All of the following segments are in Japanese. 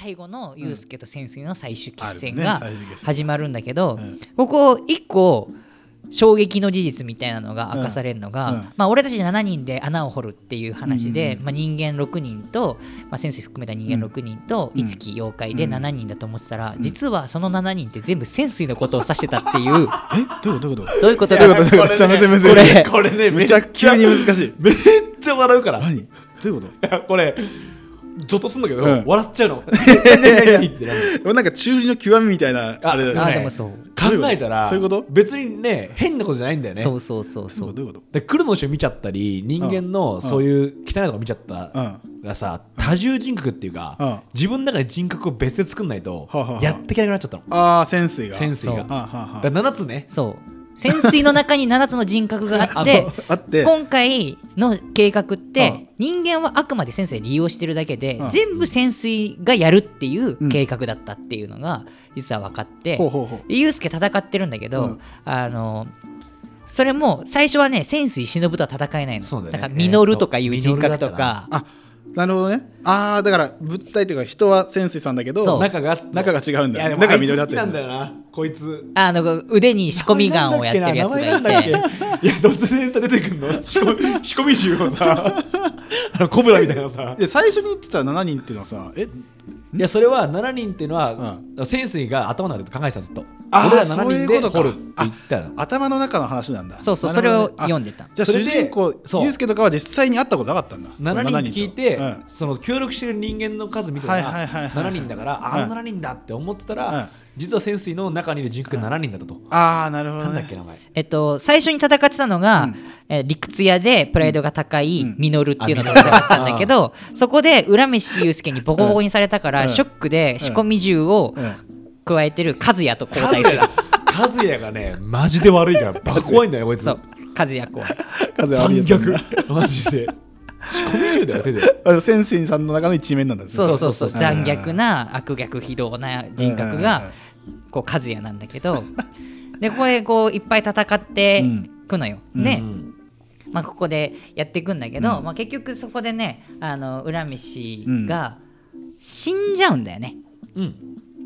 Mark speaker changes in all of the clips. Speaker 1: 最後のユースケと潜水の最終
Speaker 2: あ
Speaker 1: 決
Speaker 2: る
Speaker 1: 戦
Speaker 2: ね
Speaker 1: が
Speaker 2: 最終決戦
Speaker 1: 始まるんだけど、
Speaker 2: うん
Speaker 1: ここ一個衝撃の事実みたいなのが明かされるのが、
Speaker 2: うんうん
Speaker 1: まあ、俺たち7人で穴を掘るっていう話で、
Speaker 2: うん
Speaker 1: まあ、人間6人と、まあ、先生含めた人間6人と
Speaker 2: うん
Speaker 1: 五木、妖怪で
Speaker 2: うん
Speaker 1: 7人だと思ってたら、
Speaker 2: ん
Speaker 1: 実はその7人って全部潜水のことを指してたっていう
Speaker 2: えどういうこと どういうこと
Speaker 1: どういうことだ
Speaker 2: どういうこと
Speaker 3: いや
Speaker 2: めっちゃむずいむずい
Speaker 1: これ
Speaker 3: これね、
Speaker 2: めっちゃ急に難しい
Speaker 3: めっちゃ笑うから。い
Speaker 2: 何どういうこ
Speaker 3: やこれ、ちょっとすんだけど、
Speaker 2: うん
Speaker 3: 笑っちゃ うの。
Speaker 2: となんか中二の極みみたいなあれだよ
Speaker 1: あ
Speaker 2: ね
Speaker 1: でもそう
Speaker 3: 考えたら、
Speaker 2: そういうこと
Speaker 3: 別にね、変なことじゃないんだよね。
Speaker 1: そうそうそう
Speaker 2: そ
Speaker 1: そうう
Speaker 2: どういうこ
Speaker 3: で黒の人見ちゃったり人間
Speaker 2: うん
Speaker 3: のそういう汚いとこ見ちゃった
Speaker 2: とうん
Speaker 3: らさ多重人格っていうか、
Speaker 2: うん
Speaker 3: 自分の中で人格を別で作んないと
Speaker 2: はあはあはあ
Speaker 3: やっていけなくなっちゃったの、
Speaker 2: ああ潜水が
Speaker 3: 潜水が
Speaker 1: そう
Speaker 2: はあはあはあ
Speaker 3: だから7つね
Speaker 1: そう潜水の中に7つの人格があっ
Speaker 3: あ
Speaker 1: て
Speaker 3: の
Speaker 2: あって
Speaker 1: 今回の計画って、
Speaker 2: うん
Speaker 1: 人間はあくまで潜水利用してるだけで、
Speaker 2: うん
Speaker 1: 全部潜水がやるっていう計画だったっていうのが実は分かって、
Speaker 2: ほうほうほう
Speaker 1: でユースケ戦ってるんだけど、
Speaker 2: うん
Speaker 1: あのそれも最初はね潜水忍とは戦えないの
Speaker 3: そうだよね
Speaker 1: なんか稔とかいう人格とか、
Speaker 2: あなるほどねああだから物体というか人は潜水さんだけど
Speaker 1: そう
Speaker 3: 中が
Speaker 2: 中が違うんだ
Speaker 3: いや
Speaker 2: よ
Speaker 3: でも
Speaker 2: 中
Speaker 3: あ
Speaker 2: が
Speaker 3: いつ
Speaker 2: 緑だっ
Speaker 3: 好き
Speaker 2: たり
Speaker 3: な
Speaker 2: す
Speaker 3: んだよ
Speaker 2: る
Speaker 3: なこいつ
Speaker 1: あの腕に仕込みガンをやってるやつがい
Speaker 3: 名前
Speaker 1: て
Speaker 3: なんだっけいやどっちで出てくんの仕込み仕込み銃 をさあのコブラみたいなさ
Speaker 2: で最初に言ってた7人っていうのはさえ
Speaker 3: いやそれは7人っていうのは、潜水が頭の中で考えてたずっと俺ら
Speaker 2: ーそうい
Speaker 3: 7人
Speaker 2: うこ
Speaker 3: で
Speaker 2: と
Speaker 3: 掘
Speaker 2: か
Speaker 3: るって言ったの
Speaker 2: あ頭の中の話なんだ
Speaker 1: そうそう
Speaker 2: な
Speaker 1: そ
Speaker 2: る
Speaker 1: れ
Speaker 2: ほど
Speaker 1: を
Speaker 2: ねあ
Speaker 1: 読んでた
Speaker 2: じゃあ
Speaker 3: それ
Speaker 2: 主
Speaker 3: で
Speaker 2: 人公
Speaker 3: そう
Speaker 2: ユうスケとかは実際に会ったことなかったんだ
Speaker 3: 7人って聞いて、
Speaker 2: その7人と
Speaker 3: その協力してる人間の数見たら
Speaker 2: はいはいはいはい
Speaker 3: 7人だから、
Speaker 2: はい
Speaker 3: あの7人だって思ってたら、
Speaker 2: はい
Speaker 3: 実は潜水の中にいる人格が7人だったと、
Speaker 2: うんああなるほど、ね、
Speaker 3: なんだっけ名前
Speaker 1: えっと、最初に戦ってたのが、
Speaker 2: うん
Speaker 1: えー理屈屋でプライドが高い
Speaker 2: うん
Speaker 1: ミノルっていうのと戦ってたんだけど、そこで浦飯祐介にボコボコにされたから、
Speaker 2: うん
Speaker 1: ショックで仕込み銃を
Speaker 2: うん
Speaker 1: 加えてる和也と交代する。
Speaker 3: 和也がねマジで悪いからバカ怖いんだよこいつ
Speaker 1: そう和也怖い
Speaker 2: 数ある
Speaker 3: 残
Speaker 2: やつなん
Speaker 3: 虐
Speaker 2: だ
Speaker 3: マジで仕込み銃だよ手で
Speaker 2: あの潜水さんの中の一面なんだね
Speaker 1: そうそうそう
Speaker 2: そうそう
Speaker 1: 残虐な悪逆非道な人格がこう和也なんだけどでここでこういっぱい戦ってくのよ。
Speaker 2: うん
Speaker 1: ね、
Speaker 3: うん
Speaker 1: まあ、ここでやっていくんだけど、
Speaker 2: うん
Speaker 1: まあ、結局そこでねあの浦飯が死んじゃうんだよね、
Speaker 3: うん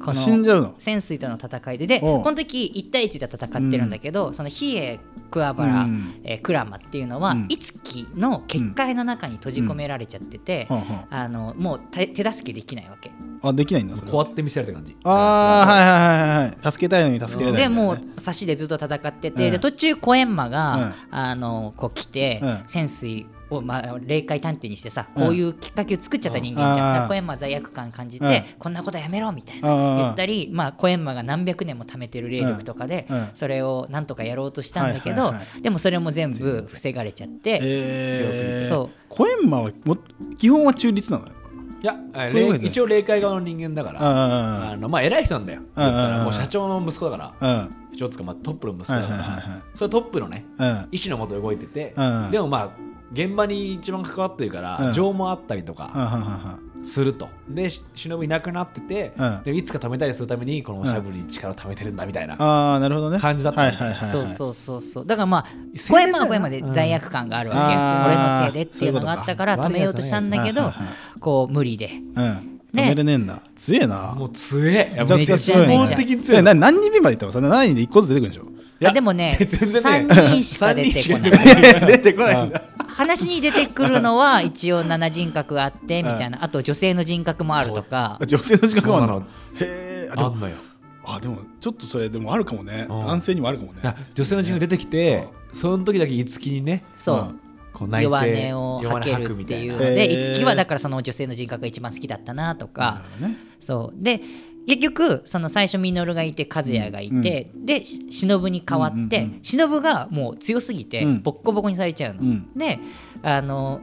Speaker 1: こ
Speaker 2: あ死んじ
Speaker 1: の
Speaker 2: ゃうの
Speaker 1: 潜水との戦いでで
Speaker 2: お
Speaker 1: こ
Speaker 2: う
Speaker 1: の時1対1で戦ってるんだけど、その比叡桑原、
Speaker 2: うん
Speaker 1: えー鞍馬っていうのは、
Speaker 2: うん
Speaker 1: 五木の結界の中に閉じ込められちゃってて、
Speaker 2: はんはん
Speaker 1: あのもう手手助けできないわけ。
Speaker 2: あできないんだそれ
Speaker 3: こう
Speaker 2: は
Speaker 3: やって見せられた感じ
Speaker 2: ああはいはいはいはい助けたいのに助けれない
Speaker 1: で
Speaker 2: みたい
Speaker 1: も
Speaker 2: な
Speaker 1: う
Speaker 2: ね
Speaker 1: 差しでずっと戦って
Speaker 2: う
Speaker 1: て、
Speaker 2: ん
Speaker 1: で途中小閻魔が、あのこう来て、
Speaker 2: うん
Speaker 1: 潜水を、まあ、霊界探偵にしてさこういうきっかけを作っちゃった人間じ
Speaker 2: うん
Speaker 1: ゃん、だ
Speaker 2: あー
Speaker 1: から小閻魔罪悪感感じて、
Speaker 2: うん
Speaker 1: こんなことやめろみたい
Speaker 2: あー
Speaker 1: な言ったり、まあ、小閻魔が何百年も貯めてる霊力とかで、
Speaker 2: うんうん
Speaker 1: それをなんとかやろうとしたんだけど、
Speaker 2: はいはいは
Speaker 1: でもそれも全部防がれちゃって、
Speaker 2: 強
Speaker 3: 強すぎて
Speaker 1: そう
Speaker 2: コエンマはも基本は中立なのやっぱ
Speaker 3: いやあ
Speaker 2: そういうことじゃ
Speaker 3: れ
Speaker 2: ない
Speaker 3: 一応霊界側の人間だから
Speaker 2: あ
Speaker 3: あのまあ偉い人なんだよだからもう社長の息子だから
Speaker 2: あうん
Speaker 3: 社長っつうかまあトップの息子だか
Speaker 2: はいはいはいはい
Speaker 3: らそれトップのね
Speaker 2: うん
Speaker 3: 意思のもと動いてて、
Speaker 2: うん
Speaker 3: でもまあ現場に一番関わってるから、
Speaker 2: うん
Speaker 3: 情もあったりと
Speaker 2: は
Speaker 3: か
Speaker 2: んはんはんはん
Speaker 3: すると、でし忍いなくなってて、
Speaker 2: うん
Speaker 3: でいつか貯めたりするためにこのおしゃぶりに力を貯めてるんだみたいな、
Speaker 2: ああなるほどね
Speaker 3: 感じだった
Speaker 2: は
Speaker 3: み
Speaker 2: い
Speaker 3: たい
Speaker 2: はいはいはい
Speaker 1: そうそうそうそうだからまあ
Speaker 3: 青
Speaker 1: 小
Speaker 3: 年だよ
Speaker 1: 山
Speaker 3: な
Speaker 1: は小山で罪悪感があるわけ
Speaker 2: うん
Speaker 1: です、俺のせいでっていうのがあったから
Speaker 3: あー
Speaker 1: 止めようとしたんだけ
Speaker 2: そうい
Speaker 1: ど
Speaker 2: うことか
Speaker 1: こう無理で
Speaker 2: うん
Speaker 1: ね
Speaker 2: 止めれねえんだ強えな
Speaker 3: もう強えやっ
Speaker 1: じ
Speaker 3: ぱ
Speaker 1: ゃ
Speaker 3: め
Speaker 1: め
Speaker 3: っちゃ
Speaker 1: あ
Speaker 3: 絶
Speaker 1: 強いね
Speaker 3: 望的に強い
Speaker 2: えな何人目までいったのそれ7人で1個ずつ出てくるんでしょ
Speaker 3: いや
Speaker 1: あでもね
Speaker 3: 全然ね
Speaker 1: 3人しか出 てこない
Speaker 3: 3人しか出てこない
Speaker 2: 出てこないんだ
Speaker 1: 話に出てくるのは一応7人格あってみたいなあと女性の人格もあるとか
Speaker 2: 女性の資格もある
Speaker 3: そう
Speaker 2: の
Speaker 3: なの
Speaker 2: へえあで
Speaker 3: あ
Speaker 2: も
Speaker 3: んのよ
Speaker 2: あでもちょっとそれでもあるかもね
Speaker 3: うん
Speaker 2: 男性にもあるかもね
Speaker 3: いや女性の人が出てきて、その時だけいつきにね
Speaker 1: そううん
Speaker 3: こう泣いて
Speaker 1: 弱音を吐けるっていうの
Speaker 2: 弱音吐くみたい
Speaker 1: で
Speaker 2: な
Speaker 1: 五木はだからその女性の人格が一番好きだったなとか
Speaker 2: なるほどね
Speaker 1: そうで結局その最初ミノルがいて和也がいて、でし忍に変わって、
Speaker 2: うんうん
Speaker 1: 忍がもう強すぎて
Speaker 2: うん
Speaker 1: ボッコボコにされちゃうの、
Speaker 2: うん
Speaker 1: であの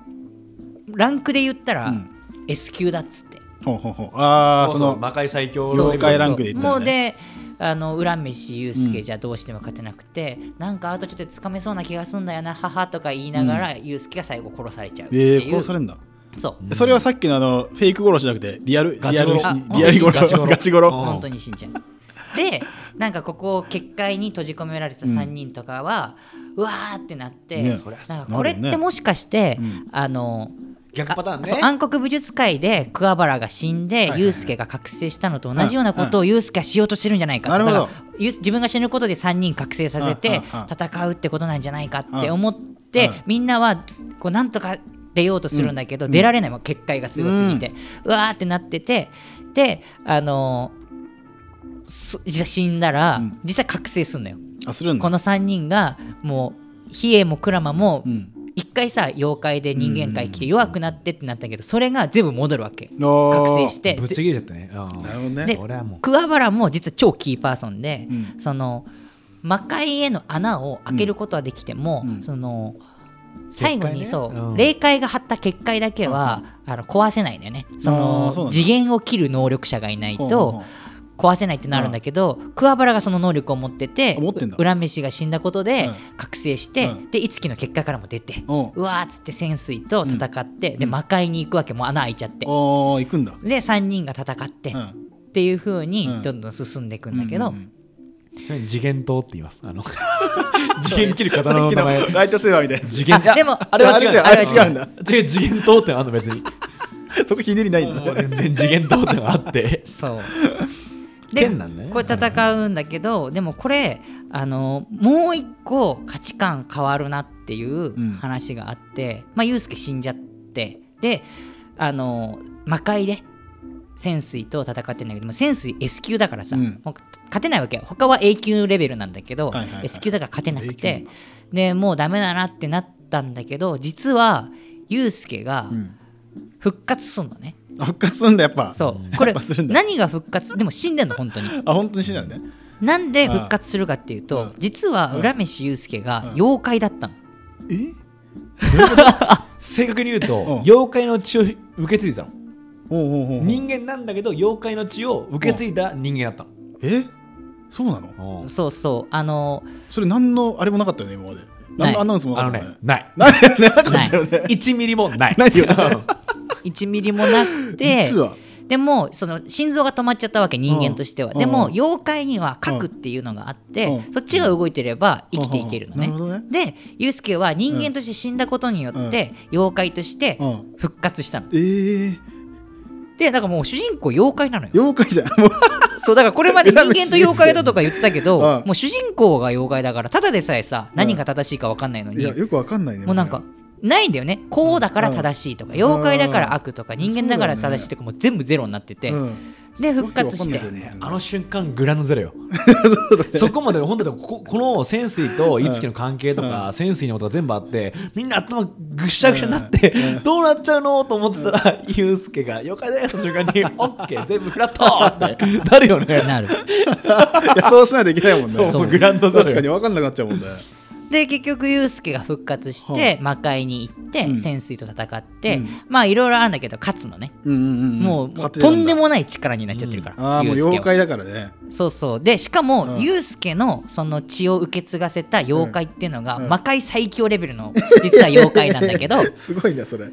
Speaker 1: ランクで言ったら、
Speaker 2: うん
Speaker 1: S 級だっつって
Speaker 2: ほうほうほうああ
Speaker 3: そう
Speaker 2: そ
Speaker 3: そう
Speaker 2: の
Speaker 3: 魔界最強
Speaker 2: そうそう界ランクで言った
Speaker 1: も
Speaker 2: らね
Speaker 1: うであの浦飯祐
Speaker 2: う
Speaker 1: 介
Speaker 2: ん
Speaker 1: じゃどうしても勝てなくて、なんかあとちょっとつかめそうな気がすんだよな母とか言いながら祐介、が最後殺されちゃうって
Speaker 2: ええ
Speaker 1: いう、
Speaker 2: 殺されんだ
Speaker 1: そう、
Speaker 2: それはさっきのあのフェイク殺しじゃなくてリアルリ
Speaker 3: ガチ
Speaker 2: アル
Speaker 3: 殺
Speaker 2: リ
Speaker 3: し
Speaker 2: アル殺
Speaker 3: ガチ殺
Speaker 2: ガチ
Speaker 3: う
Speaker 2: 殺
Speaker 3: ん
Speaker 1: 本当に死んじゃう。でなんかここを結界に閉じ込められた3人とかは、うわーってなって、
Speaker 2: ね
Speaker 1: なんかこれっ
Speaker 2: なるよね
Speaker 1: てもしかして、
Speaker 2: ん
Speaker 1: あの
Speaker 3: 逆パターンね
Speaker 1: そう暗黒武術界で桑原が死んで
Speaker 2: はい
Speaker 1: ユウスケが覚醒したのと同じようなことをユウスケはしようとしてるんじゃないか
Speaker 2: なるほど
Speaker 1: だからユウス自分が死ぬことで3人覚醒させて
Speaker 2: うんうんうん
Speaker 1: 戦うってことなんじゃないかって
Speaker 2: うん
Speaker 1: 思って
Speaker 2: うん
Speaker 1: みんなはこうなんとか出ようとするんだけど出られないもん結界がすごすぎてうわーってなっててであのーそ実際死んだら
Speaker 2: うん
Speaker 1: 実際覚醒すんのよ
Speaker 2: あするんだ
Speaker 1: この3人がもう比叡も鞍馬も
Speaker 2: うん
Speaker 1: 一回さ妖怪で人間界来て弱くなってってなったけどそれが全部戻るわけ
Speaker 2: おー
Speaker 1: 覚醒して
Speaker 3: ぶっち
Speaker 1: で
Speaker 3: ぎれちゃったね
Speaker 2: なるほどね
Speaker 1: で
Speaker 3: 俺はもう
Speaker 1: 桑原も実は超キーパーソンで、
Speaker 2: うん
Speaker 1: その魔界への穴を開けることはできても、
Speaker 2: うん
Speaker 1: その最後に
Speaker 3: 結
Speaker 1: そ
Speaker 3: 界ね
Speaker 1: う、
Speaker 3: うん
Speaker 1: 霊界が張った結界だけは、あの壊せないんだよねそ
Speaker 2: あーそう
Speaker 1: の
Speaker 2: なんだ
Speaker 1: 次元を切る能力者がいない
Speaker 2: ほう
Speaker 1: と、
Speaker 2: ほうほ
Speaker 1: 壊せないってなるんだけど、桑原がその能力を持ってて
Speaker 2: あ持ってんだ
Speaker 1: う恨飯が死んだことで
Speaker 2: う
Speaker 1: 覚醒して、
Speaker 2: うん
Speaker 1: で一輝の結果からも出て、う
Speaker 2: おう
Speaker 1: わーっつって潜水と戦って、で
Speaker 2: うん
Speaker 1: 魔界に行くわけもう穴開いちゃって、
Speaker 2: おー行くんだ
Speaker 1: で3人が戦って、
Speaker 2: う
Speaker 1: っ
Speaker 2: ん
Speaker 1: ていう風
Speaker 2: う
Speaker 1: に
Speaker 2: ん
Speaker 1: どんどん進んでいくんだけど、
Speaker 2: うんうん
Speaker 3: ちなみに次元刀って言いますあの次元切る刀
Speaker 2: さっ
Speaker 3: の
Speaker 2: き
Speaker 3: 名前
Speaker 2: のライトセーバーみたいな
Speaker 3: 次元
Speaker 1: あ
Speaker 3: いや
Speaker 1: でも
Speaker 3: あれは違う
Speaker 2: あれは違うあれは違うんだ
Speaker 3: 違う次元刀ってのあんの別に
Speaker 2: やつそこひねりないんだ
Speaker 3: もう全然次元刀ってのがあって
Speaker 1: そう
Speaker 3: 剣なんだね
Speaker 1: これ戦うんだけど、でもこれあのもう一個価値観変わるなっていう話があって、まあユースケ死んじゃってであの魔界で潜水と戦ってんだけども潜水 S 級だからさ、
Speaker 2: うん
Speaker 1: もう勝てないわけ他は A 級レベルなんだけど、
Speaker 2: はいはいはい
Speaker 1: S 級だから勝てなく
Speaker 2: A 級
Speaker 1: てでもうダメだなってなったんだけど実はユースケが
Speaker 2: うん
Speaker 1: 復活すんのね、
Speaker 2: 復活するんだやっぱ
Speaker 1: そうこれ
Speaker 2: やっぱするんだ
Speaker 1: 何が復活でも死んでんの本当に
Speaker 2: あ本当に死んだよね
Speaker 1: なんで復活するかっていうと、
Speaker 2: うん
Speaker 1: 実は浦飯祐介が妖怪だったの、
Speaker 2: え
Speaker 3: 正確に言う
Speaker 2: うん
Speaker 3: と妖怪の血を受け継いだの
Speaker 2: おうおうおうおう
Speaker 3: 人間なんだけど妖怪の血を受け継いだ人間だった
Speaker 2: えそうなの
Speaker 3: の
Speaker 1: そうそうあの
Speaker 2: それ何のあれもなかったよね今まで
Speaker 1: ない
Speaker 2: 何のアナウンスも なか
Speaker 3: あの
Speaker 2: ったよ
Speaker 3: ね
Speaker 2: ね
Speaker 3: ない
Speaker 1: ない
Speaker 3: 1ミリもない
Speaker 2: ない よね
Speaker 1: 1ミリもなくて
Speaker 2: 実は
Speaker 1: でもその心臓が止まっちゃったわけ人間としては、
Speaker 2: うん
Speaker 1: でも
Speaker 2: うん
Speaker 1: 妖怪には核っていうのがあって、
Speaker 2: うん
Speaker 1: そっちが動いてれば生きていけるのね、
Speaker 2: うんうんなるほ
Speaker 1: で祐介は人間として死んだことによって、妖怪として
Speaker 2: うん
Speaker 1: 復活したの
Speaker 2: えー
Speaker 1: でだからもう主人公妖怪なのよ
Speaker 2: 妖怪じゃんもう
Speaker 1: そうだからこれまで人間と妖怪だとか言ってたけど、
Speaker 2: うん
Speaker 1: もう主人公が妖怪だからただでさえさ
Speaker 2: ん
Speaker 1: 何が正しいか分かんないの
Speaker 2: い
Speaker 1: に、
Speaker 2: やよくわかんないね
Speaker 1: もうなんかないんだよねこうだから正しいとか、妖怪だから悪とか、
Speaker 2: うん
Speaker 1: 人間だから正しいとかもう全部ゼロになってて、
Speaker 2: うん
Speaker 1: で復活して
Speaker 2: わけわかんないよね
Speaker 3: あの瞬間グラノ ゼロよそこまで本当だこここの潜水と樹の関係とか潜水のことが全部あってみんな頭ぐっしゃぐしゃになってどうなっちゃうのと思ってたらユうスケが「妖怪だよ」の瞬間 に「オッケー全部フラット!」ってなるよね
Speaker 1: なる
Speaker 2: いや そうしないといけないもんね
Speaker 3: そううグランドゼロ
Speaker 2: 確かにわかんなくなっちゃうもんね
Speaker 1: で結局ユウスケが復活して魔界に行って、
Speaker 2: うん
Speaker 1: 潜水と戦って、
Speaker 2: うん
Speaker 1: まあいろいろあるんだけど勝つのね、
Speaker 2: うんうんうん
Speaker 1: もうもうとんでもない力になっちゃってるから、
Speaker 2: ああもう
Speaker 1: ユウスケは
Speaker 2: 妖怪だからね
Speaker 1: そうそうでしかも、
Speaker 2: うん
Speaker 1: ユウスケのその血を受け継がせた妖怪っていうのが、
Speaker 2: うん
Speaker 1: 魔界最強レベルの実は妖怪なんだけど
Speaker 2: すごいねそれ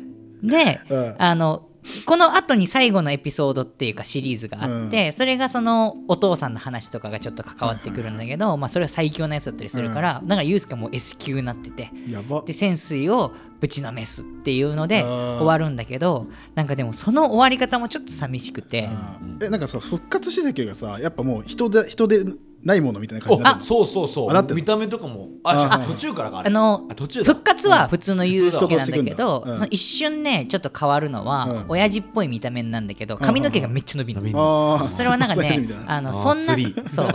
Speaker 1: で、
Speaker 2: うん
Speaker 1: あのこの後に最後のエピソードっていうかシリーズがあって、それがそのお父さんの話とかがちょっと関わってくるんだけど、まあ、それは最強のやつだったりするから、だからユウスケもう S 級になってて
Speaker 2: やば
Speaker 1: で潜水をぶちのめすっていうので
Speaker 2: あー
Speaker 1: 終わるんだけどなんかでもその終わり方もちょっと寂しくて。
Speaker 2: うんえなんかさ復活してたけどさやっぱもう人で人でないものみたいな感じ
Speaker 3: お
Speaker 2: になるの
Speaker 3: そうそうそ
Speaker 2: あなって
Speaker 3: うん
Speaker 2: の
Speaker 3: 見た目とかも
Speaker 2: あ
Speaker 3: あ
Speaker 2: はい
Speaker 3: 途中からかあれ
Speaker 1: あの
Speaker 3: あ途中だ
Speaker 1: 復活は普通のユースケなんだけど、
Speaker 2: うん
Speaker 1: その一瞬ねちょっと変わるのは、
Speaker 2: うん
Speaker 1: 親父っぽい見た目なんだけど髪の毛がめっちゃ伸びるの、
Speaker 3: 伸びる
Speaker 2: あー
Speaker 1: それはなんか
Speaker 2: そういう意
Speaker 1: ね
Speaker 2: 味だな
Speaker 1: あの
Speaker 3: あー
Speaker 1: そんな
Speaker 3: スリー
Speaker 1: そう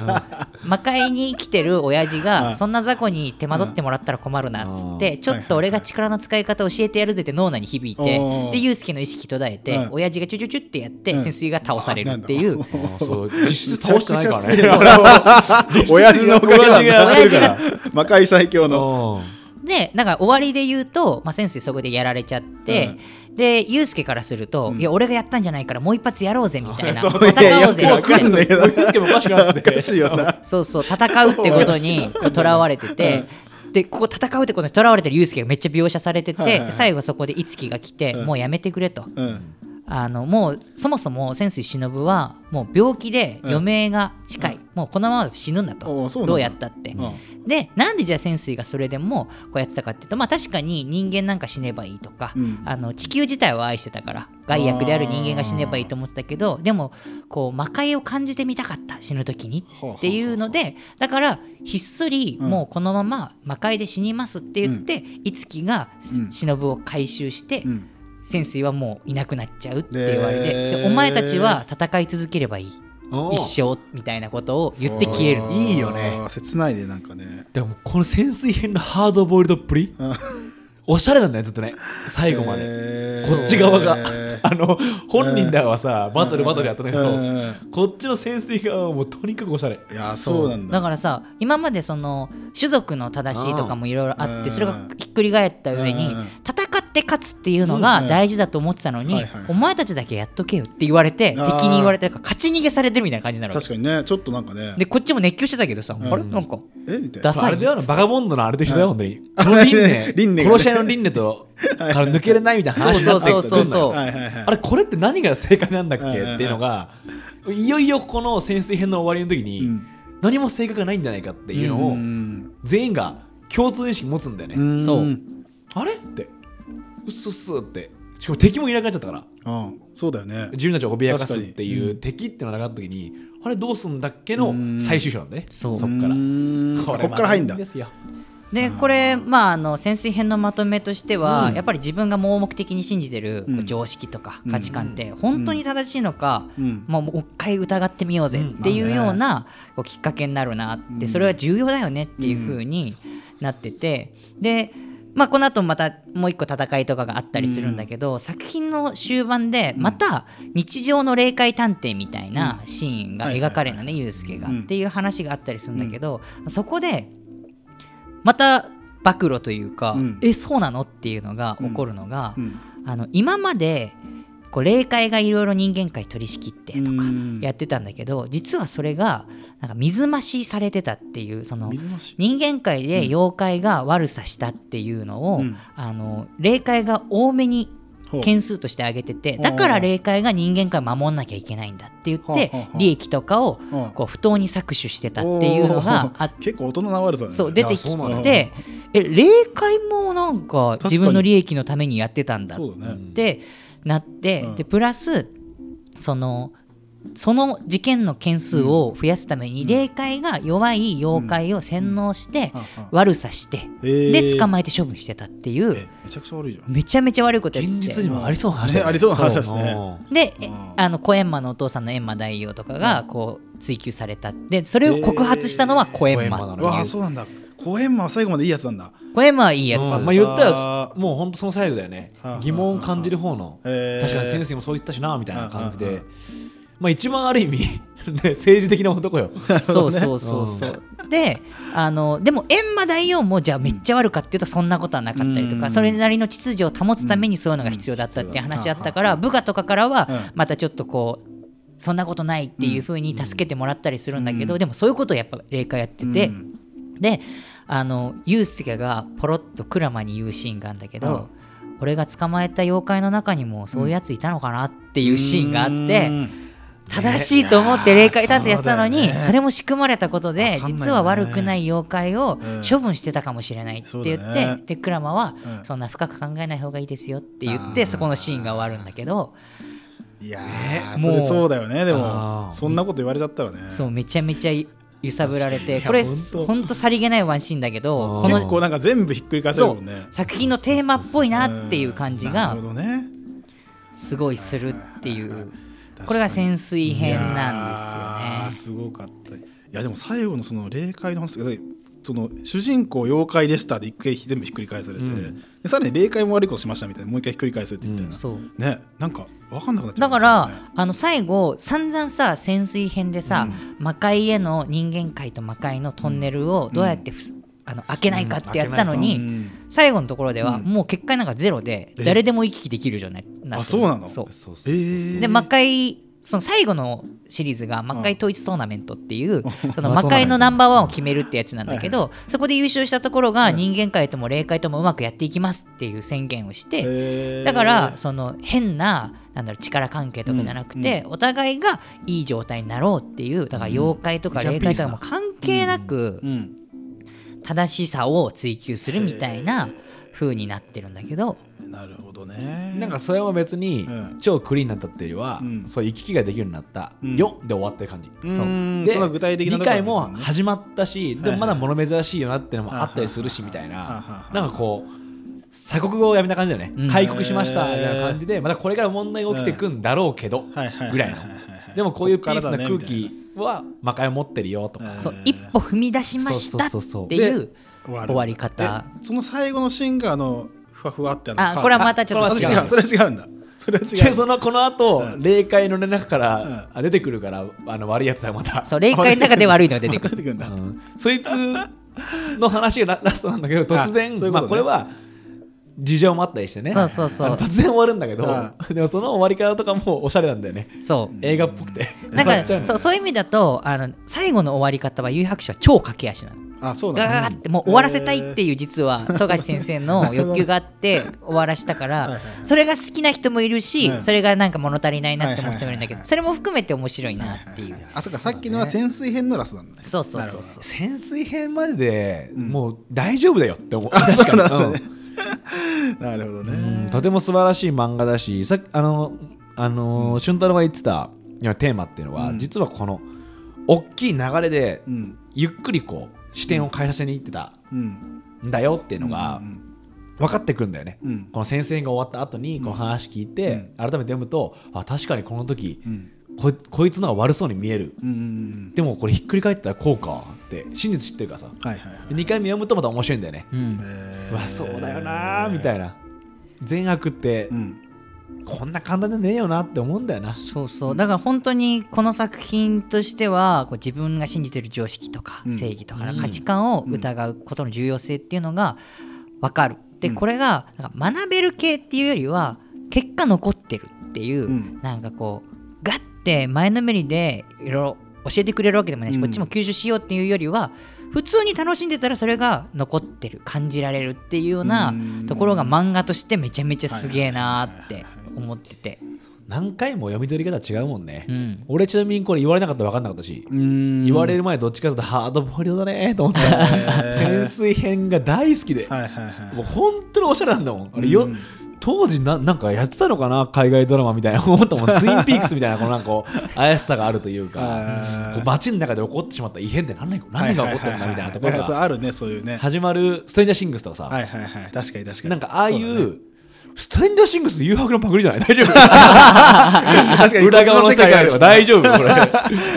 Speaker 1: 魔界に生きてる親父
Speaker 2: う
Speaker 1: が
Speaker 2: ん
Speaker 1: そんな雑魚に手間取ってもらったら困るなっつって、ちょっと俺が力の使い方教えてやるぜって脳内に響いて、
Speaker 2: おー
Speaker 1: でユースケの意識途絶えて、
Speaker 2: うん
Speaker 1: 親父がチュチュチュってやって、
Speaker 2: うん
Speaker 1: 潜水が倒されるっていう。
Speaker 3: あそう実質倒してな いからね
Speaker 2: めちゃくちゃ強い親父のおかげなんだ
Speaker 1: 親父が
Speaker 2: 魔界最強の
Speaker 3: う
Speaker 1: でだから終わりで言うと、まあ、潜水そこでやられちゃって、でユウスケからすると、いや俺がやったんじゃないからもう一発やろうぜみたいな
Speaker 2: そうそう
Speaker 1: 戦おう
Speaker 2: い
Speaker 1: ぜっ
Speaker 2: やいやわかん
Speaker 1: て
Speaker 2: ないけ
Speaker 3: ん
Speaker 2: ど
Speaker 3: ユうスケもおかしくなって
Speaker 2: おかしいよな
Speaker 1: そうそう戦うってこと にとらわれてて。でここ戦うってことにとらわれてるユウスケがめっちゃ描写されてて、
Speaker 2: はいはいはい
Speaker 1: で最後そこで樹が来て、もうやめてくれと
Speaker 2: うん
Speaker 1: ああのもうそもそも泉水忍はもう病気で余命が近い、もうこのままだと死ぬんだと
Speaker 2: おーそうなんだ
Speaker 1: どうやったって、
Speaker 2: う
Speaker 1: でなんでじゃあ潜水がそれでもこうやってたかっていうとまあ確かに人間なんか死ねばいいとか、
Speaker 2: うん
Speaker 1: あの地球自体を愛してたから害悪である人間が死ねばいいと思ってたけどでもこう魔界を感じてみたかった死ぬ時に
Speaker 2: はあ
Speaker 1: っていうのでだからひっそりもうこのまま魔界で死にますって言って樹、木が
Speaker 2: うん
Speaker 1: 忍を回収して、
Speaker 2: ん
Speaker 1: 潜水はもういなくなっちゃうって言われて、
Speaker 2: へー
Speaker 1: でお前たちは戦い続ければいい
Speaker 3: おー
Speaker 1: 一生みたいなことを言って消える
Speaker 2: あー
Speaker 3: いいよね
Speaker 2: 切ないねなんかね
Speaker 3: でもこの潜水編のハードボイルドっぷり
Speaker 2: うん
Speaker 3: おしゃれなんだよずっとね最後まで、
Speaker 2: へー
Speaker 3: こっち側が、
Speaker 2: へ
Speaker 3: あの本人らはさ、バトルバトルやったんだけど、
Speaker 2: うん
Speaker 3: こっちの潜水側はもうとにかくおしゃれ
Speaker 2: いやそうなんだ
Speaker 1: だからさ今までその種族の正しいとかもいろいろあっ
Speaker 2: う
Speaker 1: て
Speaker 2: ん
Speaker 1: それがひっくり返った上に
Speaker 2: うん
Speaker 1: 戦って勝つっていうのが
Speaker 2: うん
Speaker 1: 大事だと思ってたの
Speaker 2: はい
Speaker 1: に
Speaker 2: はいはい
Speaker 1: お前たちだけやっとけよって言われて敵
Speaker 2: あー
Speaker 1: に言われてだから勝ち逃げされてるみたいな感じになるわけ
Speaker 2: 確かにねちょっとなんかね
Speaker 1: でこっちも熱狂してたけどさあ
Speaker 2: ん
Speaker 1: れなんか
Speaker 2: えみたい
Speaker 1: ダ
Speaker 2: な
Speaker 1: サ
Speaker 3: あ
Speaker 1: い
Speaker 3: れだよなバカボンドのあれで一緒だよ、本当
Speaker 2: あ
Speaker 3: にこの輪廻
Speaker 2: 輪廻がね
Speaker 3: この試合の輪廻とから抜けれないみたいな話になってくるのよ
Speaker 1: そうそうそうそう
Speaker 2: はいはいはい
Speaker 3: あれこれって何が正解なんだっけ
Speaker 2: はいはいはい
Speaker 3: っていうのがいよいよこの潜水編の終わりの時に、
Speaker 2: うん
Speaker 3: 何も正解がないんじゃないかっていうのを
Speaker 2: うん
Speaker 3: 全員が共通認識持つんだよね、
Speaker 2: うん
Speaker 1: そう
Speaker 2: うん
Speaker 3: あれってうっすっすってしかも敵もいなくなっちゃったから
Speaker 2: そうだよね
Speaker 3: 自分たちを脅かすっ
Speaker 2: 確か
Speaker 3: て
Speaker 2: に
Speaker 3: いう敵ってのがなかった時にあれどうすんだっけの
Speaker 2: うん
Speaker 3: 最終章なんだね
Speaker 1: そう
Speaker 3: そっから
Speaker 2: うんあこっから入んだ
Speaker 3: またいいですよ
Speaker 1: でこれまああの潜水編のまとめとしては、
Speaker 3: うん
Speaker 1: やっぱり自分が盲目的に信じてる
Speaker 2: うん
Speaker 1: 常識とか価値観って本当に正しいのか、
Speaker 2: うん
Speaker 1: まあ、もう一回疑ってみようぜっていうようなこうきっかけになるなって、それは重要だよねっていうふうになっててで、まあ、この後またもう一個戦いとかがあったりするんだけど、作品の終盤でまた日常の霊界探偵みたいなシーンが描かれるのねユースケが、
Speaker 2: うん
Speaker 1: っていう話があったりするんだけど、そこでまた暴露というか、
Speaker 2: うん
Speaker 1: えそうなのっていうのが起こるのが、
Speaker 2: うん
Speaker 1: あの今までこう霊界がいろいろ人間界取り仕切ってとか
Speaker 2: うん
Speaker 1: やってたんだけど、実はそれがなんか水増しされてたっていうその
Speaker 2: 水増し
Speaker 1: 人間界で妖怪が悪さしたっていうのを、
Speaker 2: うん
Speaker 1: あの霊界が多めに
Speaker 2: ほう
Speaker 1: 件数として上げてて
Speaker 2: ほう
Speaker 1: だから霊界が人間界守んなきゃいけないんだって言っ
Speaker 2: ほうほ
Speaker 1: て
Speaker 2: うほう
Speaker 1: 利益とかを
Speaker 2: うん
Speaker 1: こう不当に搾取してたっていうのがあっ
Speaker 2: おー結構大人な悪さだね
Speaker 1: そう出てき
Speaker 3: そうなん
Speaker 2: だ
Speaker 1: てえ霊界もなんか
Speaker 2: かに
Speaker 1: 自分の利益のためにやってたんだっ
Speaker 2: そうだね
Speaker 1: てなって、
Speaker 2: うん
Speaker 1: でプラスそのその事件の件数を増やすために、霊界が弱い妖怪を洗脳して、
Speaker 2: うんうん
Speaker 1: 悪さして、
Speaker 2: へー
Speaker 1: で捕まえて処分してたっていう
Speaker 2: えめちゃくちゃ悪いじゃん
Speaker 1: めちゃめちゃ悪いことやって
Speaker 3: 現
Speaker 1: て
Speaker 3: 実にもありそうな話だよ
Speaker 2: ねありそうな話だしね
Speaker 3: そう
Speaker 1: で、え
Speaker 2: うん
Speaker 1: あの小閻魔のお父さんの閻魔大王とかがこう追求されたでそれを告発したのは小閻魔
Speaker 3: へー小閻魔なの
Speaker 2: うわあそうなんだ公演マは最後までいいやつなんだ
Speaker 1: 小閻魔はいいやつ、
Speaker 3: うんまあ言ったら
Speaker 2: あー
Speaker 3: もう本当その最後だよね
Speaker 2: はあはあ
Speaker 3: 疑問を感じる方の
Speaker 2: へー
Speaker 3: 確かに先生もそう言ったしなみたいな感じ
Speaker 2: はあは
Speaker 3: でまあ一番ある意味 ね政治的な男よ
Speaker 1: そうそうそうそう。であのでも閻魔大王もじゃあめっちゃ悪かっていうとそんなことはなかったりとか、
Speaker 2: うん
Speaker 1: それなりの秩序を保つためにそういうのが必要だったっていう話あったから、部下とかからは
Speaker 2: うん
Speaker 1: またちょっとこう。そんなことないっていうふうに助けてもらったりするんだけど、でもそういうことをやっぱ霊界やってて、
Speaker 2: うん
Speaker 1: であのユースケがポロッとクラマに言うシーンがあるんだけど、俺が捕まえた妖怪の中にもそういうやついたのかなっていうシーンがあって、
Speaker 2: うん
Speaker 1: 正しいと思って霊界探偵やってたの
Speaker 2: いやー
Speaker 1: に
Speaker 2: そうだよね
Speaker 1: それも仕組まれたことで
Speaker 2: わかんないよね
Speaker 1: 実は悪くない妖怪を
Speaker 2: うん
Speaker 1: 処分してたかもしれないって言
Speaker 2: そう
Speaker 1: っ
Speaker 2: だ
Speaker 1: て
Speaker 2: ね
Speaker 1: でクラマは
Speaker 2: うん
Speaker 1: そんな深く考えない方がいいですよって言っ
Speaker 2: あ
Speaker 1: て
Speaker 2: ー
Speaker 1: そこのシーンが終わるんだけど
Speaker 2: いや
Speaker 3: ね
Speaker 2: ーそ
Speaker 1: も
Speaker 2: れ
Speaker 1: う
Speaker 2: そうだよねで
Speaker 3: あ
Speaker 2: も
Speaker 3: ー
Speaker 2: そんなこと言われちゃったらね
Speaker 1: そうめちゃめちゃ揺さぶられて
Speaker 3: 確
Speaker 1: こ
Speaker 3: かに
Speaker 1: れ
Speaker 3: いやほんと
Speaker 1: ほんとさりげないワンシーンだけど
Speaker 3: あー
Speaker 1: こ
Speaker 2: 結
Speaker 1: の
Speaker 2: 構なんか全部ひっくり返せる
Speaker 1: そ
Speaker 2: も
Speaker 1: うん
Speaker 2: ね
Speaker 1: 作品のテーマっぽいなっていう感じ
Speaker 2: う
Speaker 1: が
Speaker 2: んなるほどね
Speaker 1: すごいするっていう
Speaker 2: かに
Speaker 1: これが潜水編なんですよ
Speaker 2: いやー
Speaker 1: ね。
Speaker 2: すごかったいやでも最後のその霊界の話だけどその主人公妖怪でしたで一回全部ひっくり返されて、
Speaker 3: うん
Speaker 2: でさらに霊界も悪いことしましたみたいなもう一回ひっくり返されてみたいな、
Speaker 1: そう
Speaker 2: ねなんか分かんなくなっちゃ
Speaker 1: だ
Speaker 2: う
Speaker 1: から、
Speaker 2: ね
Speaker 1: あの最後散々さ潜水編でさ、魔界への人間界と魔界のトンネルをどうやってふあの開けないかってやってたのに、
Speaker 2: うん
Speaker 1: 最後のところでは、
Speaker 2: うん
Speaker 1: もう結界なんかゼロで
Speaker 2: え
Speaker 1: 誰でも行き来できるじゃない
Speaker 2: あそうなの
Speaker 1: そう
Speaker 3: そうそう
Speaker 2: えー
Speaker 1: で魔界その最後のシリーズが魔界統一トーナメントっていう、その魔界 のナンバーワンを決めるってやつなんだけど、そこで優勝したところが人間界とも霊界ともうまくやっていきますっていう宣言をして、
Speaker 2: へー
Speaker 1: だからその変ななんだろう力関係とかじゃなくて、お互いがいい状態になろうっていうだから妖怪とか
Speaker 3: うん
Speaker 1: 霊界とかも関係なく
Speaker 2: うん
Speaker 1: 正しさを追求するみたいな風になってるんだけど、
Speaker 2: なるほどね
Speaker 3: なんかそれは別に
Speaker 2: うん
Speaker 3: 超クリーンになったっていうよりは、
Speaker 2: うん
Speaker 3: そういう行き来ができるようになった、
Speaker 2: うん
Speaker 3: よで終わってる感じ、
Speaker 2: うん
Speaker 3: そう
Speaker 2: うん
Speaker 3: で
Speaker 2: その具体的なとこ
Speaker 3: 理
Speaker 2: ろは
Speaker 3: 解も始まったし、でもまだ
Speaker 2: はい
Speaker 3: 物珍しいよなってのもあったりするし
Speaker 2: は
Speaker 3: み
Speaker 2: いは
Speaker 3: た
Speaker 2: い
Speaker 3: い
Speaker 2: はい
Speaker 3: な
Speaker 2: はい
Speaker 3: なんかこう鎖国語をやめた感じだよね、
Speaker 1: うん
Speaker 3: 開国しました
Speaker 2: へー
Speaker 3: みたいな感じでまたこれから問題が起きてくんだろうけど
Speaker 2: はいはい
Speaker 3: ぐらいの
Speaker 2: はは
Speaker 3: でもこういう
Speaker 2: こ
Speaker 3: ピ
Speaker 2: っからだ
Speaker 3: ースな
Speaker 2: ね
Speaker 3: 空気は魔界を持ってるよとか、
Speaker 2: うん
Speaker 1: そう
Speaker 2: へー
Speaker 1: 一歩踏み出しました
Speaker 3: そうそうそうそう
Speaker 1: っていう
Speaker 2: みたいな
Speaker 1: 終わり方
Speaker 2: えその最後のシンガーのふわふわってあるの
Speaker 1: あこれはまたちょっ
Speaker 2: あ
Speaker 1: と
Speaker 2: そ
Speaker 1: 違
Speaker 2: れ
Speaker 1: う
Speaker 2: は違うそれは違うんだそれ は
Speaker 3: で
Speaker 2: 違う
Speaker 3: そのこの後、
Speaker 2: うん
Speaker 3: 霊界の中か
Speaker 2: うん
Speaker 3: ら、あ出てくるからあの悪いやつだよまた
Speaker 1: そう霊界の中で悪いのが出てくる
Speaker 2: 出てくるんだ
Speaker 3: うんそいつの話がララストなんだけど突 然
Speaker 2: あそういうことね
Speaker 3: まあこれは事情もあったりしてね
Speaker 1: そうそう
Speaker 3: あ
Speaker 1: そ
Speaker 3: の
Speaker 1: う
Speaker 3: 突然終わるんだけど
Speaker 2: あ
Speaker 3: でもその終わり方とかもおしゃれなんだよね
Speaker 1: そう
Speaker 3: 映画っぽくて
Speaker 1: なん
Speaker 2: 笑っちゃ
Speaker 1: か
Speaker 2: うの
Speaker 1: そうそういう意味だとあの最後の終わり方は有白書は超駆け足なの。
Speaker 2: あそう
Speaker 1: ガガガ
Speaker 2: な
Speaker 1: ガっ
Speaker 2: ん
Speaker 1: てもう終わらせたいっていう実は富樫先生の欲求があって終わらしたか
Speaker 2: はいは
Speaker 1: ら
Speaker 2: い
Speaker 1: それが好きな人もいる
Speaker 2: う
Speaker 1: し
Speaker 2: ん
Speaker 1: それがなんか物足りないなって思う人もいるんだ
Speaker 2: はいはい
Speaker 1: け
Speaker 2: はいは
Speaker 1: ど
Speaker 2: い
Speaker 1: それも含めて面白いなってい
Speaker 2: は
Speaker 1: う
Speaker 2: ははあそっかさっきのは潜水編のラスなんだね
Speaker 1: そうそうそうそう
Speaker 3: 潜水編までで
Speaker 2: ん
Speaker 3: もう大丈夫だよって思う確かに
Speaker 2: なるほど
Speaker 3: うんうん
Speaker 2: ね
Speaker 3: とても素晴らしい漫画だしさっきあのあの俊太郎が言ってたいやテーマっていうのは、
Speaker 2: うん
Speaker 3: 実はこの大きい流れで
Speaker 2: うん
Speaker 3: ゆっくりこう視点を変えさせに行ってた
Speaker 2: うん
Speaker 3: んだよっていうのが、
Speaker 2: うん
Speaker 3: 分かってくるんだよね、
Speaker 2: うん
Speaker 3: この先生が終わった後にこの話聞いて、改めて読むとあ確かにこの時
Speaker 2: うん
Speaker 3: ここいつのが悪そうに見える
Speaker 2: うんうん
Speaker 3: でもこれひっくり返ったらこうかって真実知ってるからさ
Speaker 2: はいはいはい
Speaker 3: 2回目読むとまた面白いんだよね、
Speaker 1: うん
Speaker 2: えー
Speaker 3: うわそうだよなーみたいな善悪って
Speaker 2: うん
Speaker 3: こんな簡単でねえよなって思うんだよな
Speaker 1: そうそうだから本当にこの作品としてはこう自分が信じてる常識とか
Speaker 2: うん
Speaker 1: 正義とか
Speaker 3: う
Speaker 1: の
Speaker 3: ん
Speaker 1: 価値観を疑うことの重要性っていうのが分かる。でこれがなんか学べる系っていうよりは結果残ってるっていう、
Speaker 2: うん
Speaker 1: なんかこうガッて前のめりでいろいろ教えてくれるわけでもないし、
Speaker 2: うん
Speaker 1: こっちも吸収しようっていうよりは普通に楽しんでたらそれが残ってる感じられるっていうような
Speaker 2: うん
Speaker 1: ところが漫画としてめちゃめちゃすげえなーっ
Speaker 2: はい
Speaker 1: て
Speaker 2: はいはい
Speaker 1: 思ってて。
Speaker 3: 何回も読み取り方違うもんね、
Speaker 1: うん
Speaker 3: 俺ちなみにこれ言われなかったら分かんなかったし、
Speaker 2: うん
Speaker 3: 言われる前どっちかというとハードボイルドだねーと思った、
Speaker 2: へー
Speaker 3: 潜水編が大好きで、
Speaker 2: はいはいはい
Speaker 3: もう本当におしゃれなんだもん。あれよ、
Speaker 2: うん
Speaker 3: 当時ななんかやってたのかな海外ドラマみたいな 思ったもん。ツインピークスみたいなこのなんかこう怪しさがあるという
Speaker 2: あ
Speaker 3: か
Speaker 2: ー、
Speaker 3: こう街の中で起こってしまった異変って何年何年が起こってるんだみたいなとこ
Speaker 2: ははははだから
Speaker 3: ろ
Speaker 2: そう
Speaker 3: が
Speaker 2: あるねそういうね
Speaker 3: 始まるストレンジャーシングスとかさ、
Speaker 2: はいはいはい確かに確かに
Speaker 3: なんかああい
Speaker 2: そう
Speaker 3: うストレンジャーシングス誘惑のパクリじゃない 大丈
Speaker 2: だね確か
Speaker 3: 夫
Speaker 2: に
Speaker 3: 裏側の世界あれば大丈夫 これ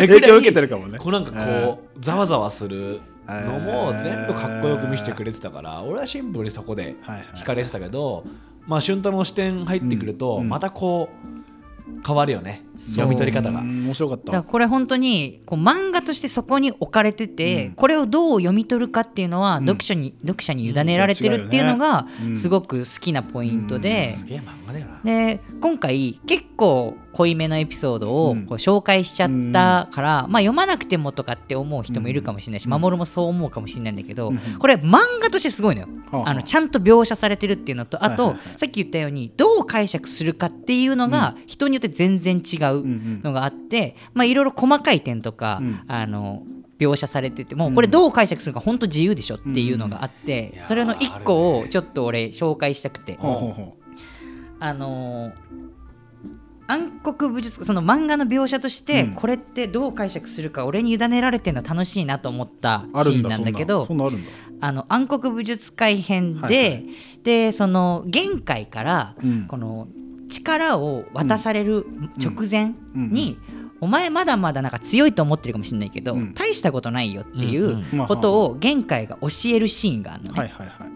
Speaker 2: 影響受けてるかもね
Speaker 3: こうなんかこうざわざわするのも全部かっこよく見せてくれてたから俺はシンプルにそこで
Speaker 2: はいはい
Speaker 3: 惹かれてたけど、まあ俊太郎の視点入ってくると、
Speaker 2: うん
Speaker 3: またこう変わるよね読み取り方が
Speaker 2: う。ん面白かっ
Speaker 1: だから
Speaker 2: た
Speaker 1: これ本当にこう漫画としてそこに置かれてて、
Speaker 2: うん
Speaker 1: これをどう読み取るかっていうのは読書に、読者に委ねられてるっていうのが
Speaker 2: うん
Speaker 1: すごく好きなポイントで、
Speaker 3: すげえ漫画だよな。
Speaker 1: で今回結構濃いめのエピソードを
Speaker 2: う
Speaker 1: こ
Speaker 2: ん
Speaker 1: う紹介しちゃったから、まあ、読まなくてもとかって思う人もいるかもしれないし、守もそう思うかもしれないんだけど、
Speaker 2: うん
Speaker 1: これ漫画としてすごいのよ、
Speaker 2: はあはあ
Speaker 1: あのちゃんと描写されてるっていうのとあと、
Speaker 2: はいはいはい
Speaker 1: さっき言ったようにどう解釈するかっていうのが人によって全然違うのがあって、まあ、いろいろ細かい点とか、
Speaker 2: うん
Speaker 1: あの描写されててもうこれどう解釈するか本当自由でしょっていうのがあって、
Speaker 3: うんうん
Speaker 1: それの
Speaker 3: いや
Speaker 1: 1
Speaker 3: ー
Speaker 1: 個
Speaker 3: あ
Speaker 1: をちょっと俺紹介したくて。
Speaker 2: ほうほうほう
Speaker 1: あのー暗黒武術その漫画の描写として、
Speaker 2: うん
Speaker 1: これってどう解釈するか俺に委ねられてるのは楽しいなと思った
Speaker 2: あ
Speaker 1: シー
Speaker 2: るん
Speaker 1: ン
Speaker 2: だ
Speaker 1: な
Speaker 2: そ
Speaker 1: ん
Speaker 2: ん
Speaker 1: だ
Speaker 2: な
Speaker 1: けど
Speaker 2: そんなあるんだ
Speaker 1: あの暗黒武術会編で、
Speaker 2: はいは
Speaker 1: でその玄界から、
Speaker 2: うん
Speaker 1: この力を渡される直前に、お前まだまだなんか強いと思ってるかもしれないけど、
Speaker 2: うん
Speaker 1: 大したことないよってい
Speaker 3: んう
Speaker 1: うんうことを玄界が教えるシーンがあるのね。
Speaker 2: はいはいはい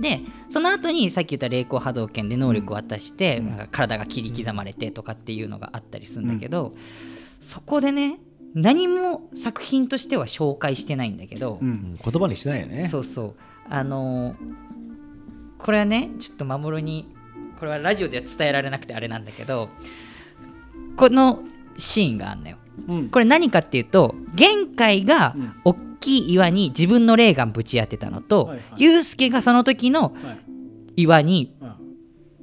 Speaker 1: でその後にさっき言った霊光波動拳で能力を渡して、
Speaker 2: うん
Speaker 1: なんか体が切り刻まれてとかっていうのがあったりするんだけど、そこでね何も作品としては紹介してないんだけど、
Speaker 2: うん
Speaker 3: 言葉にしてないよね。
Speaker 1: そうそうあのーこれはねちょっと守にこれはラジオでは伝えられなくてあれなんだけどこのシーンがあるのよ。
Speaker 2: うん
Speaker 1: これ何かっていうと玄海が
Speaker 2: うん
Speaker 1: 大きい岩に自分の霊眼ぶち当てたのと、
Speaker 2: はいはい
Speaker 1: ユウスケがその時の
Speaker 2: はい
Speaker 1: 岩に
Speaker 2: うん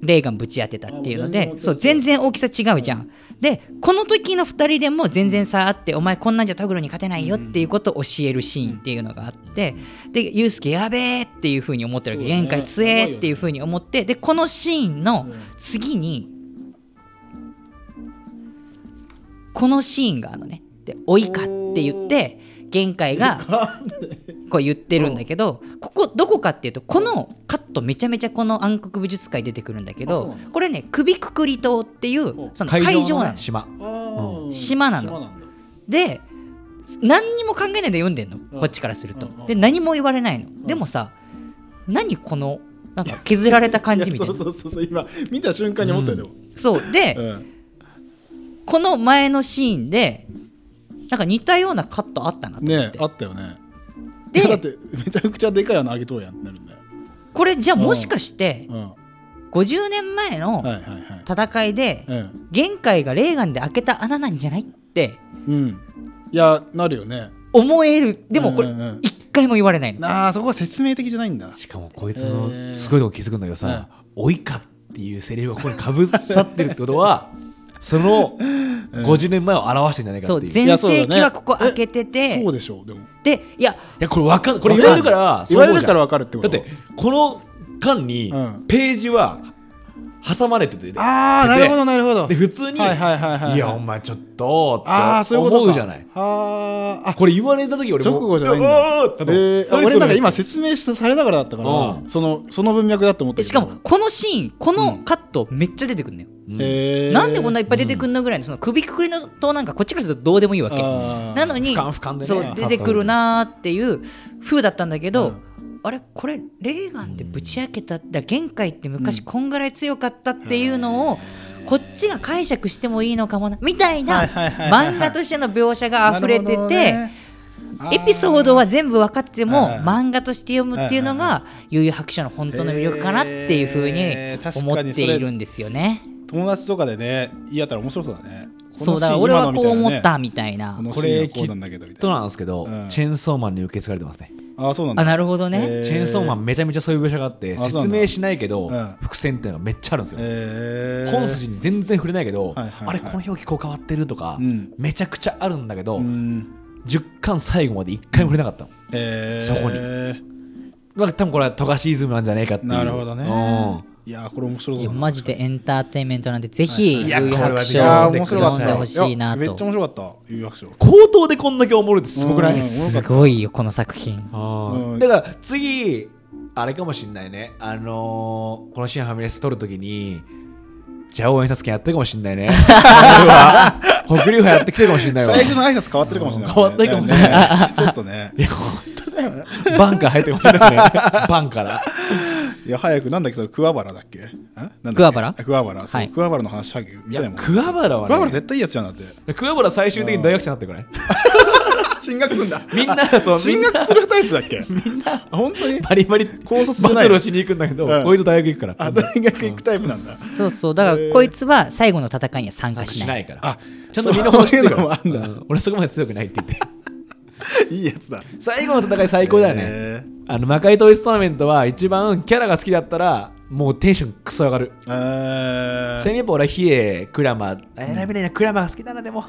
Speaker 1: レーガンぶち当てたっていうので
Speaker 2: あもう
Speaker 1: そう全
Speaker 2: 全
Speaker 1: 然大きさ違うじゃん。でこの時の2人でも全然差あってお前こんなんじゃトグロに勝てないよっていうことを教えるシーンっていうのがあってでユースケやべえっていうふうに思ってるわけ
Speaker 2: そうだね
Speaker 1: 限界強えっていうふうに思ってでこのシーンの
Speaker 2: うん
Speaker 1: 次にこのシーンがあるのね「でおいか」って言って限界が「こう言ってるんだけど、ここどこかっていうとこのカットめちゃめちゃこの暗黒美術界出てくるんだけ
Speaker 2: あそう
Speaker 1: ど
Speaker 2: なの
Speaker 1: これね首くくり島っていう
Speaker 2: うん
Speaker 1: その会場な
Speaker 3: ね
Speaker 1: の
Speaker 3: 島
Speaker 2: あー
Speaker 1: 島なの
Speaker 2: 島なんだ
Speaker 1: で何にも考えないで読んでんの
Speaker 2: うん
Speaker 1: こっちからすると
Speaker 2: うんうん
Speaker 1: で何も言われないのでもさ何このなんか削られた感じみたいな
Speaker 2: そうそうそうそう今見た瞬間に思ったよでも、
Speaker 1: そうで
Speaker 2: うん
Speaker 1: この前のシーンでなんか似たようなカットあったなと思っ
Speaker 2: ね
Speaker 1: て
Speaker 2: えあったよね
Speaker 1: で
Speaker 2: だってめちゃくちゃでかい穴あげとうやんってなるんだよ、
Speaker 1: これじゃあもしかして
Speaker 2: うん、は
Speaker 1: 50年前
Speaker 2: いはい
Speaker 1: の
Speaker 2: はい
Speaker 1: 戦いで
Speaker 2: うん、
Speaker 1: 玄海がレーガンで開けた穴なんじゃないって
Speaker 2: うん、いやなるよね
Speaker 1: 思えるでもこれ
Speaker 2: うんうんうん
Speaker 1: 一回も言われないの、
Speaker 2: あーそこは説明的じゃないんだ
Speaker 3: しかもこいつ
Speaker 2: え
Speaker 3: の
Speaker 2: ー
Speaker 3: すごいとこ気づくんだけどさ「おいか」っていうセリフがここにかぶさってるってこ とはその50年前を表してんじゃないか
Speaker 1: そ
Speaker 3: っ
Speaker 1: う
Speaker 3: ていう。い
Speaker 1: 全盛期はここ開けてて、
Speaker 2: そうでしょうでも
Speaker 1: でいや
Speaker 3: やこれわかんこれ言われるから
Speaker 2: 言われる
Speaker 3: そう思うじゃ
Speaker 2: か
Speaker 3: ん
Speaker 2: ら分かるってこ
Speaker 3: だ
Speaker 2: と
Speaker 3: ってこの間に
Speaker 2: うん
Speaker 3: ページは挟まれてて、
Speaker 2: ああなるほどなるほど
Speaker 3: で普通に「
Speaker 2: はいはいはいはい
Speaker 3: いやお前ちょっと」
Speaker 2: ああ
Speaker 3: って
Speaker 2: そういうことか
Speaker 3: 思うじゃない
Speaker 2: あーあ
Speaker 3: これ言われた時俺も
Speaker 2: 直後じゃないん
Speaker 3: う
Speaker 2: だ
Speaker 3: わーってなった
Speaker 2: えーあ
Speaker 3: 何そ
Speaker 2: 俺
Speaker 3: れ
Speaker 2: なんか今説明したされながらだったから、
Speaker 3: うん
Speaker 2: そのその文脈だと思っ
Speaker 1: で
Speaker 2: たけど
Speaker 1: しかも、このシーンこのカットめっちゃ出てくるのよ、
Speaker 3: うん
Speaker 2: えー、
Speaker 1: なんでこんないっぱい出てくるのぐらいのその首くくりの塔なんかこっちからするとどうでもいいわけ
Speaker 2: あー
Speaker 1: なのに
Speaker 3: 俯瞰俯瞰でね
Speaker 1: そう出てくるなーっていう風だったんだけど、
Speaker 2: うん
Speaker 1: あれこれレーガンでぶち開けただ限界って昔こんぐらい強かったっていうのを、こっちが解釈してもいいのかもなみたいな
Speaker 2: はいはいはいはいはい
Speaker 1: 漫画としての描写が溢れて
Speaker 2: なるほど
Speaker 1: て、
Speaker 2: ねあー
Speaker 1: エピソードは全部分かってても
Speaker 2: はいはい
Speaker 1: 漫画として読むっていうのが悠々白書の本当の魅力かなっていうふう
Speaker 2: へー確か
Speaker 1: に
Speaker 2: に
Speaker 1: 思っているんですよね。
Speaker 2: 友達とかでね言い合ったら面白そうだね
Speaker 1: そうだから俺はこう思っ
Speaker 2: こ
Speaker 1: たみたいな。
Speaker 2: の
Speaker 3: こ
Speaker 2: シーン
Speaker 3: れ
Speaker 2: は
Speaker 3: き
Speaker 2: こうなんだけどみ
Speaker 3: った
Speaker 2: い
Speaker 3: と
Speaker 2: な
Speaker 3: なんですけど、
Speaker 2: うん
Speaker 3: チェーンソーマンに受け継がれてますね
Speaker 2: ああそうなん
Speaker 1: あ
Speaker 2: だ
Speaker 1: なるほどね。
Speaker 2: へー
Speaker 3: チェーンソーマンめちゃめちゃそういう描写があって
Speaker 2: あそうなんだ
Speaker 3: 説明しないけど、
Speaker 2: うん
Speaker 3: 伏線っていうのがめっちゃあるんですよ、
Speaker 2: えー
Speaker 3: 本筋に全然触れないけど、
Speaker 2: はいはいはい
Speaker 3: あれこの表記こう変わってるとか、
Speaker 2: うん
Speaker 3: めちゃくちゃあるんだけど、
Speaker 2: うん
Speaker 3: 10巻最後まで1回も触れなかったの、
Speaker 2: えー
Speaker 3: そこにまあ、多分これは富樫イズムなんじゃねえかっていう
Speaker 2: なるほどね
Speaker 3: う
Speaker 2: いやーこれ面白
Speaker 1: い
Speaker 2: そう
Speaker 1: や
Speaker 2: だな
Speaker 1: マジでエンターテインメントなんでぜひ
Speaker 3: いや
Speaker 1: 悠々白
Speaker 2: い
Speaker 1: 書
Speaker 2: や
Speaker 1: を
Speaker 2: ー面白かっ
Speaker 1: 読んで
Speaker 2: た
Speaker 1: ほしいな
Speaker 2: やめっちゃ
Speaker 1: と。
Speaker 2: 面白かった有楽章
Speaker 3: ん口頭でこんだけおもろいってすごくない、
Speaker 2: うん
Speaker 1: すごいよこの作品。
Speaker 2: うん
Speaker 3: だから次あれかもしんないねあのー、このシーンファミレス撮るときにじゃあ応援察権やってるかもしんない ね俺は北竜派やってきてるかもしんないわ
Speaker 2: 最初の挨拶変わってるかもしれない
Speaker 3: 変わってるかもしれ
Speaker 2: ないちょっとね
Speaker 3: いや本当だよねバンから入ってこないねバンから
Speaker 2: いや早くなんだっけそれ桑原だっけんなんだっけ
Speaker 1: 桑原
Speaker 2: あ桑原そ
Speaker 1: は
Speaker 2: う
Speaker 1: い
Speaker 2: 桑原の話早く
Speaker 3: い
Speaker 2: 見たい
Speaker 3: や
Speaker 2: もん
Speaker 3: 桑原は
Speaker 2: 桑原
Speaker 3: ね
Speaker 2: 絶対いいやつじゃんだって
Speaker 3: 桑原最終的に大学生になってくない
Speaker 2: 進学す るんだ
Speaker 3: みんなそうみ
Speaker 2: 進
Speaker 3: んな
Speaker 2: 学するタイプだっけみんな本当 に
Speaker 3: バリバリ
Speaker 2: 高卒じゃ
Speaker 3: バ
Speaker 2: ない
Speaker 3: トルをしに行くんだけど
Speaker 2: うん
Speaker 3: こいつ大学行くから
Speaker 2: あ大学行くタイプなんだ
Speaker 1: そうそうだからこいつは最後の戦いには参加し
Speaker 3: し
Speaker 1: な。
Speaker 3: ないいから
Speaker 2: あ
Speaker 3: ちゃんとみんな欲してる
Speaker 2: そういうのも
Speaker 3: よ
Speaker 2: あんだ
Speaker 3: うん俺そこまで強くないって言って
Speaker 2: いいやつだ
Speaker 3: 最後の戦い最高だよね、
Speaker 2: へ
Speaker 3: あの魔界統一トーナメントは一番キャラが好きだったらもうテンションクソ上がる
Speaker 2: えー
Speaker 3: ちなみにやっぱ俺はヒエクラマ選べないなクラマが好きだなでも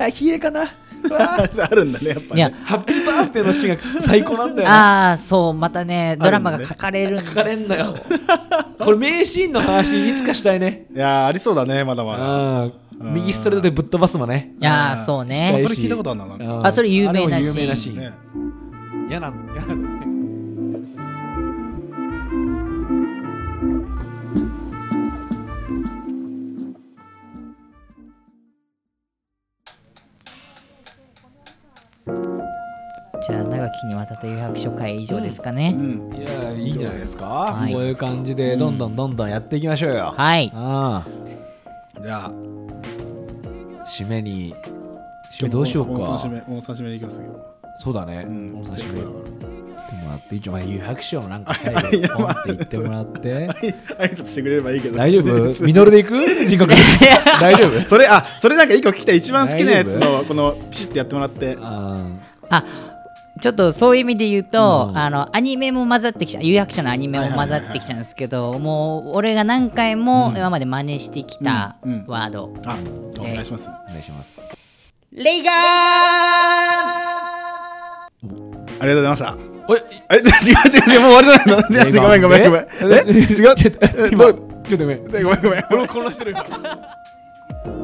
Speaker 3: あヒエ かなうわ
Speaker 2: あるんだねやっぱ
Speaker 1: い
Speaker 2: り
Speaker 1: や
Speaker 2: ね
Speaker 3: ハッピーバースデーのシーンが最高なんだよな
Speaker 1: ああそうまたねドラマが書かれるん
Speaker 3: 書かれ
Speaker 1: で
Speaker 3: ん
Speaker 1: す
Speaker 3: のよこれ名シーンの話いつかしたいね
Speaker 2: いやーありそうだねまだまだ
Speaker 3: うん右ストレートでぶっ飛ばすもね
Speaker 1: いやーそうね
Speaker 2: あそれ聞いたことあるななんか
Speaker 3: うん
Speaker 1: あそれ有名なシーン
Speaker 3: あれも有名なシー
Speaker 2: ね
Speaker 3: ン嫌な嫌な
Speaker 1: じゃあ長きにわたって余白書会以上ですかね、
Speaker 2: うん
Speaker 3: いやいいんじゃないですか、
Speaker 1: はい
Speaker 3: こういう感じでどんどんどんどんやっていきましょうよ、
Speaker 1: はい
Speaker 3: あ
Speaker 2: じゃあ
Speaker 3: あ締めに締めどうしよう
Speaker 2: 大
Speaker 3: か
Speaker 2: 阪締め大阪締めでいきますけど
Speaker 3: そうだね、
Speaker 2: うん
Speaker 3: 大阪
Speaker 2: せっ
Speaker 3: 締
Speaker 2: かくだ
Speaker 3: め
Speaker 2: から
Speaker 3: ってもらって一応まあ有白書をなんか最 後にポンって言ってもらって
Speaker 2: 挨拶してくれればいいけど
Speaker 3: 大 丈
Speaker 2: 別
Speaker 3: 夫
Speaker 2: に
Speaker 3: ミノルで行く人 格大丈 夫
Speaker 2: それあそれなんか一個聞きたい一番好きなやつ
Speaker 3: 大
Speaker 2: のこのピシッてやってもらって
Speaker 3: あ
Speaker 1: あちょっとそういう意味で言うと、
Speaker 3: うん
Speaker 1: あのアニメも混ざってきちゃう有役者のアニメも混ざってきちゃうんですけど、もう俺が何回も今まで真似してきた
Speaker 2: うんうん
Speaker 1: ワード、
Speaker 2: あお願いしますあ
Speaker 3: ーお願いします
Speaker 1: レイガ
Speaker 2: りがとうございました
Speaker 3: おい
Speaker 2: え 違う違う 違うもう終わりじゃないのごめんごめんごめんえ違う
Speaker 3: ちょっと
Speaker 2: え
Speaker 3: 今
Speaker 2: ど
Speaker 3: ちょ
Speaker 2: う
Speaker 3: っとごめん
Speaker 2: えごめんごめん
Speaker 3: 俺も混乱してる今